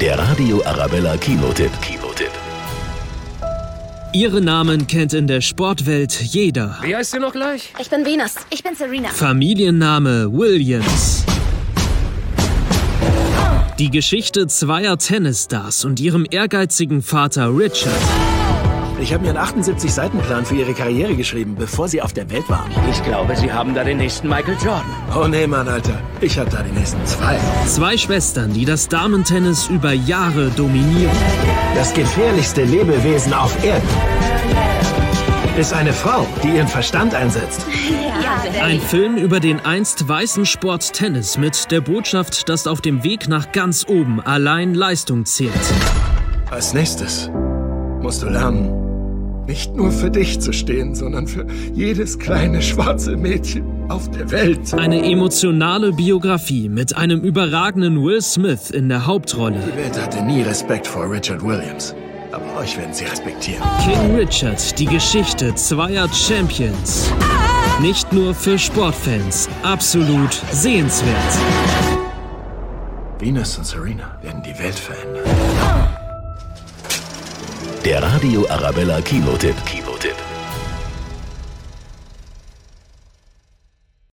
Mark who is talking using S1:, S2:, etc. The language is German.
S1: Der Radio Arabella Kinotipp. Kinotipp.
S2: Ihre Namen kennt in der Sportwelt jeder.
S3: Wie heißt sie noch gleich?
S4: Ich bin Venus. Ich bin Serena.
S2: Familienname Williams. Die Geschichte zweier Tennisstars und ihrem ehrgeizigen Vater Richard.
S5: Ich habe mir einen 78-Seiten-Plan für ihre Karriere geschrieben, bevor sie auf der Welt war.
S3: Ich glaube, Sie haben da den nächsten Michael Jordan.
S5: Oh nee, Mann, Alter. Ich hatte da die nächsten zwei.
S2: Zwei Schwestern, die das Damentennis über Jahre dominieren.
S5: Das gefährlichste Lebewesen auf Erden ist eine Frau, die ihren Verstand einsetzt.
S2: Ein Film über den einst weißen Sport Tennis mit der Botschaft, dass auf dem Weg nach ganz oben allein Leistung zählt.
S5: Als nächstes musst du lernen, nicht nur für dich zu stehen, sondern für jedes kleine schwarze Mädchen auf der Welt.
S2: Eine emotionale Biografie mit einem überragenden Will Smith in der Hauptrolle.
S5: Die Welt hatte nie Respekt vor Richard Williams. Aber euch werden sie respektieren.
S2: King Richard, die Geschichte zweier Champions. Nicht nur für Sportfans, absolut sehenswert.
S5: Venus und Serena werden die Welt verändern.
S1: Der Radio Arabella Kinotipp. Kinotipp.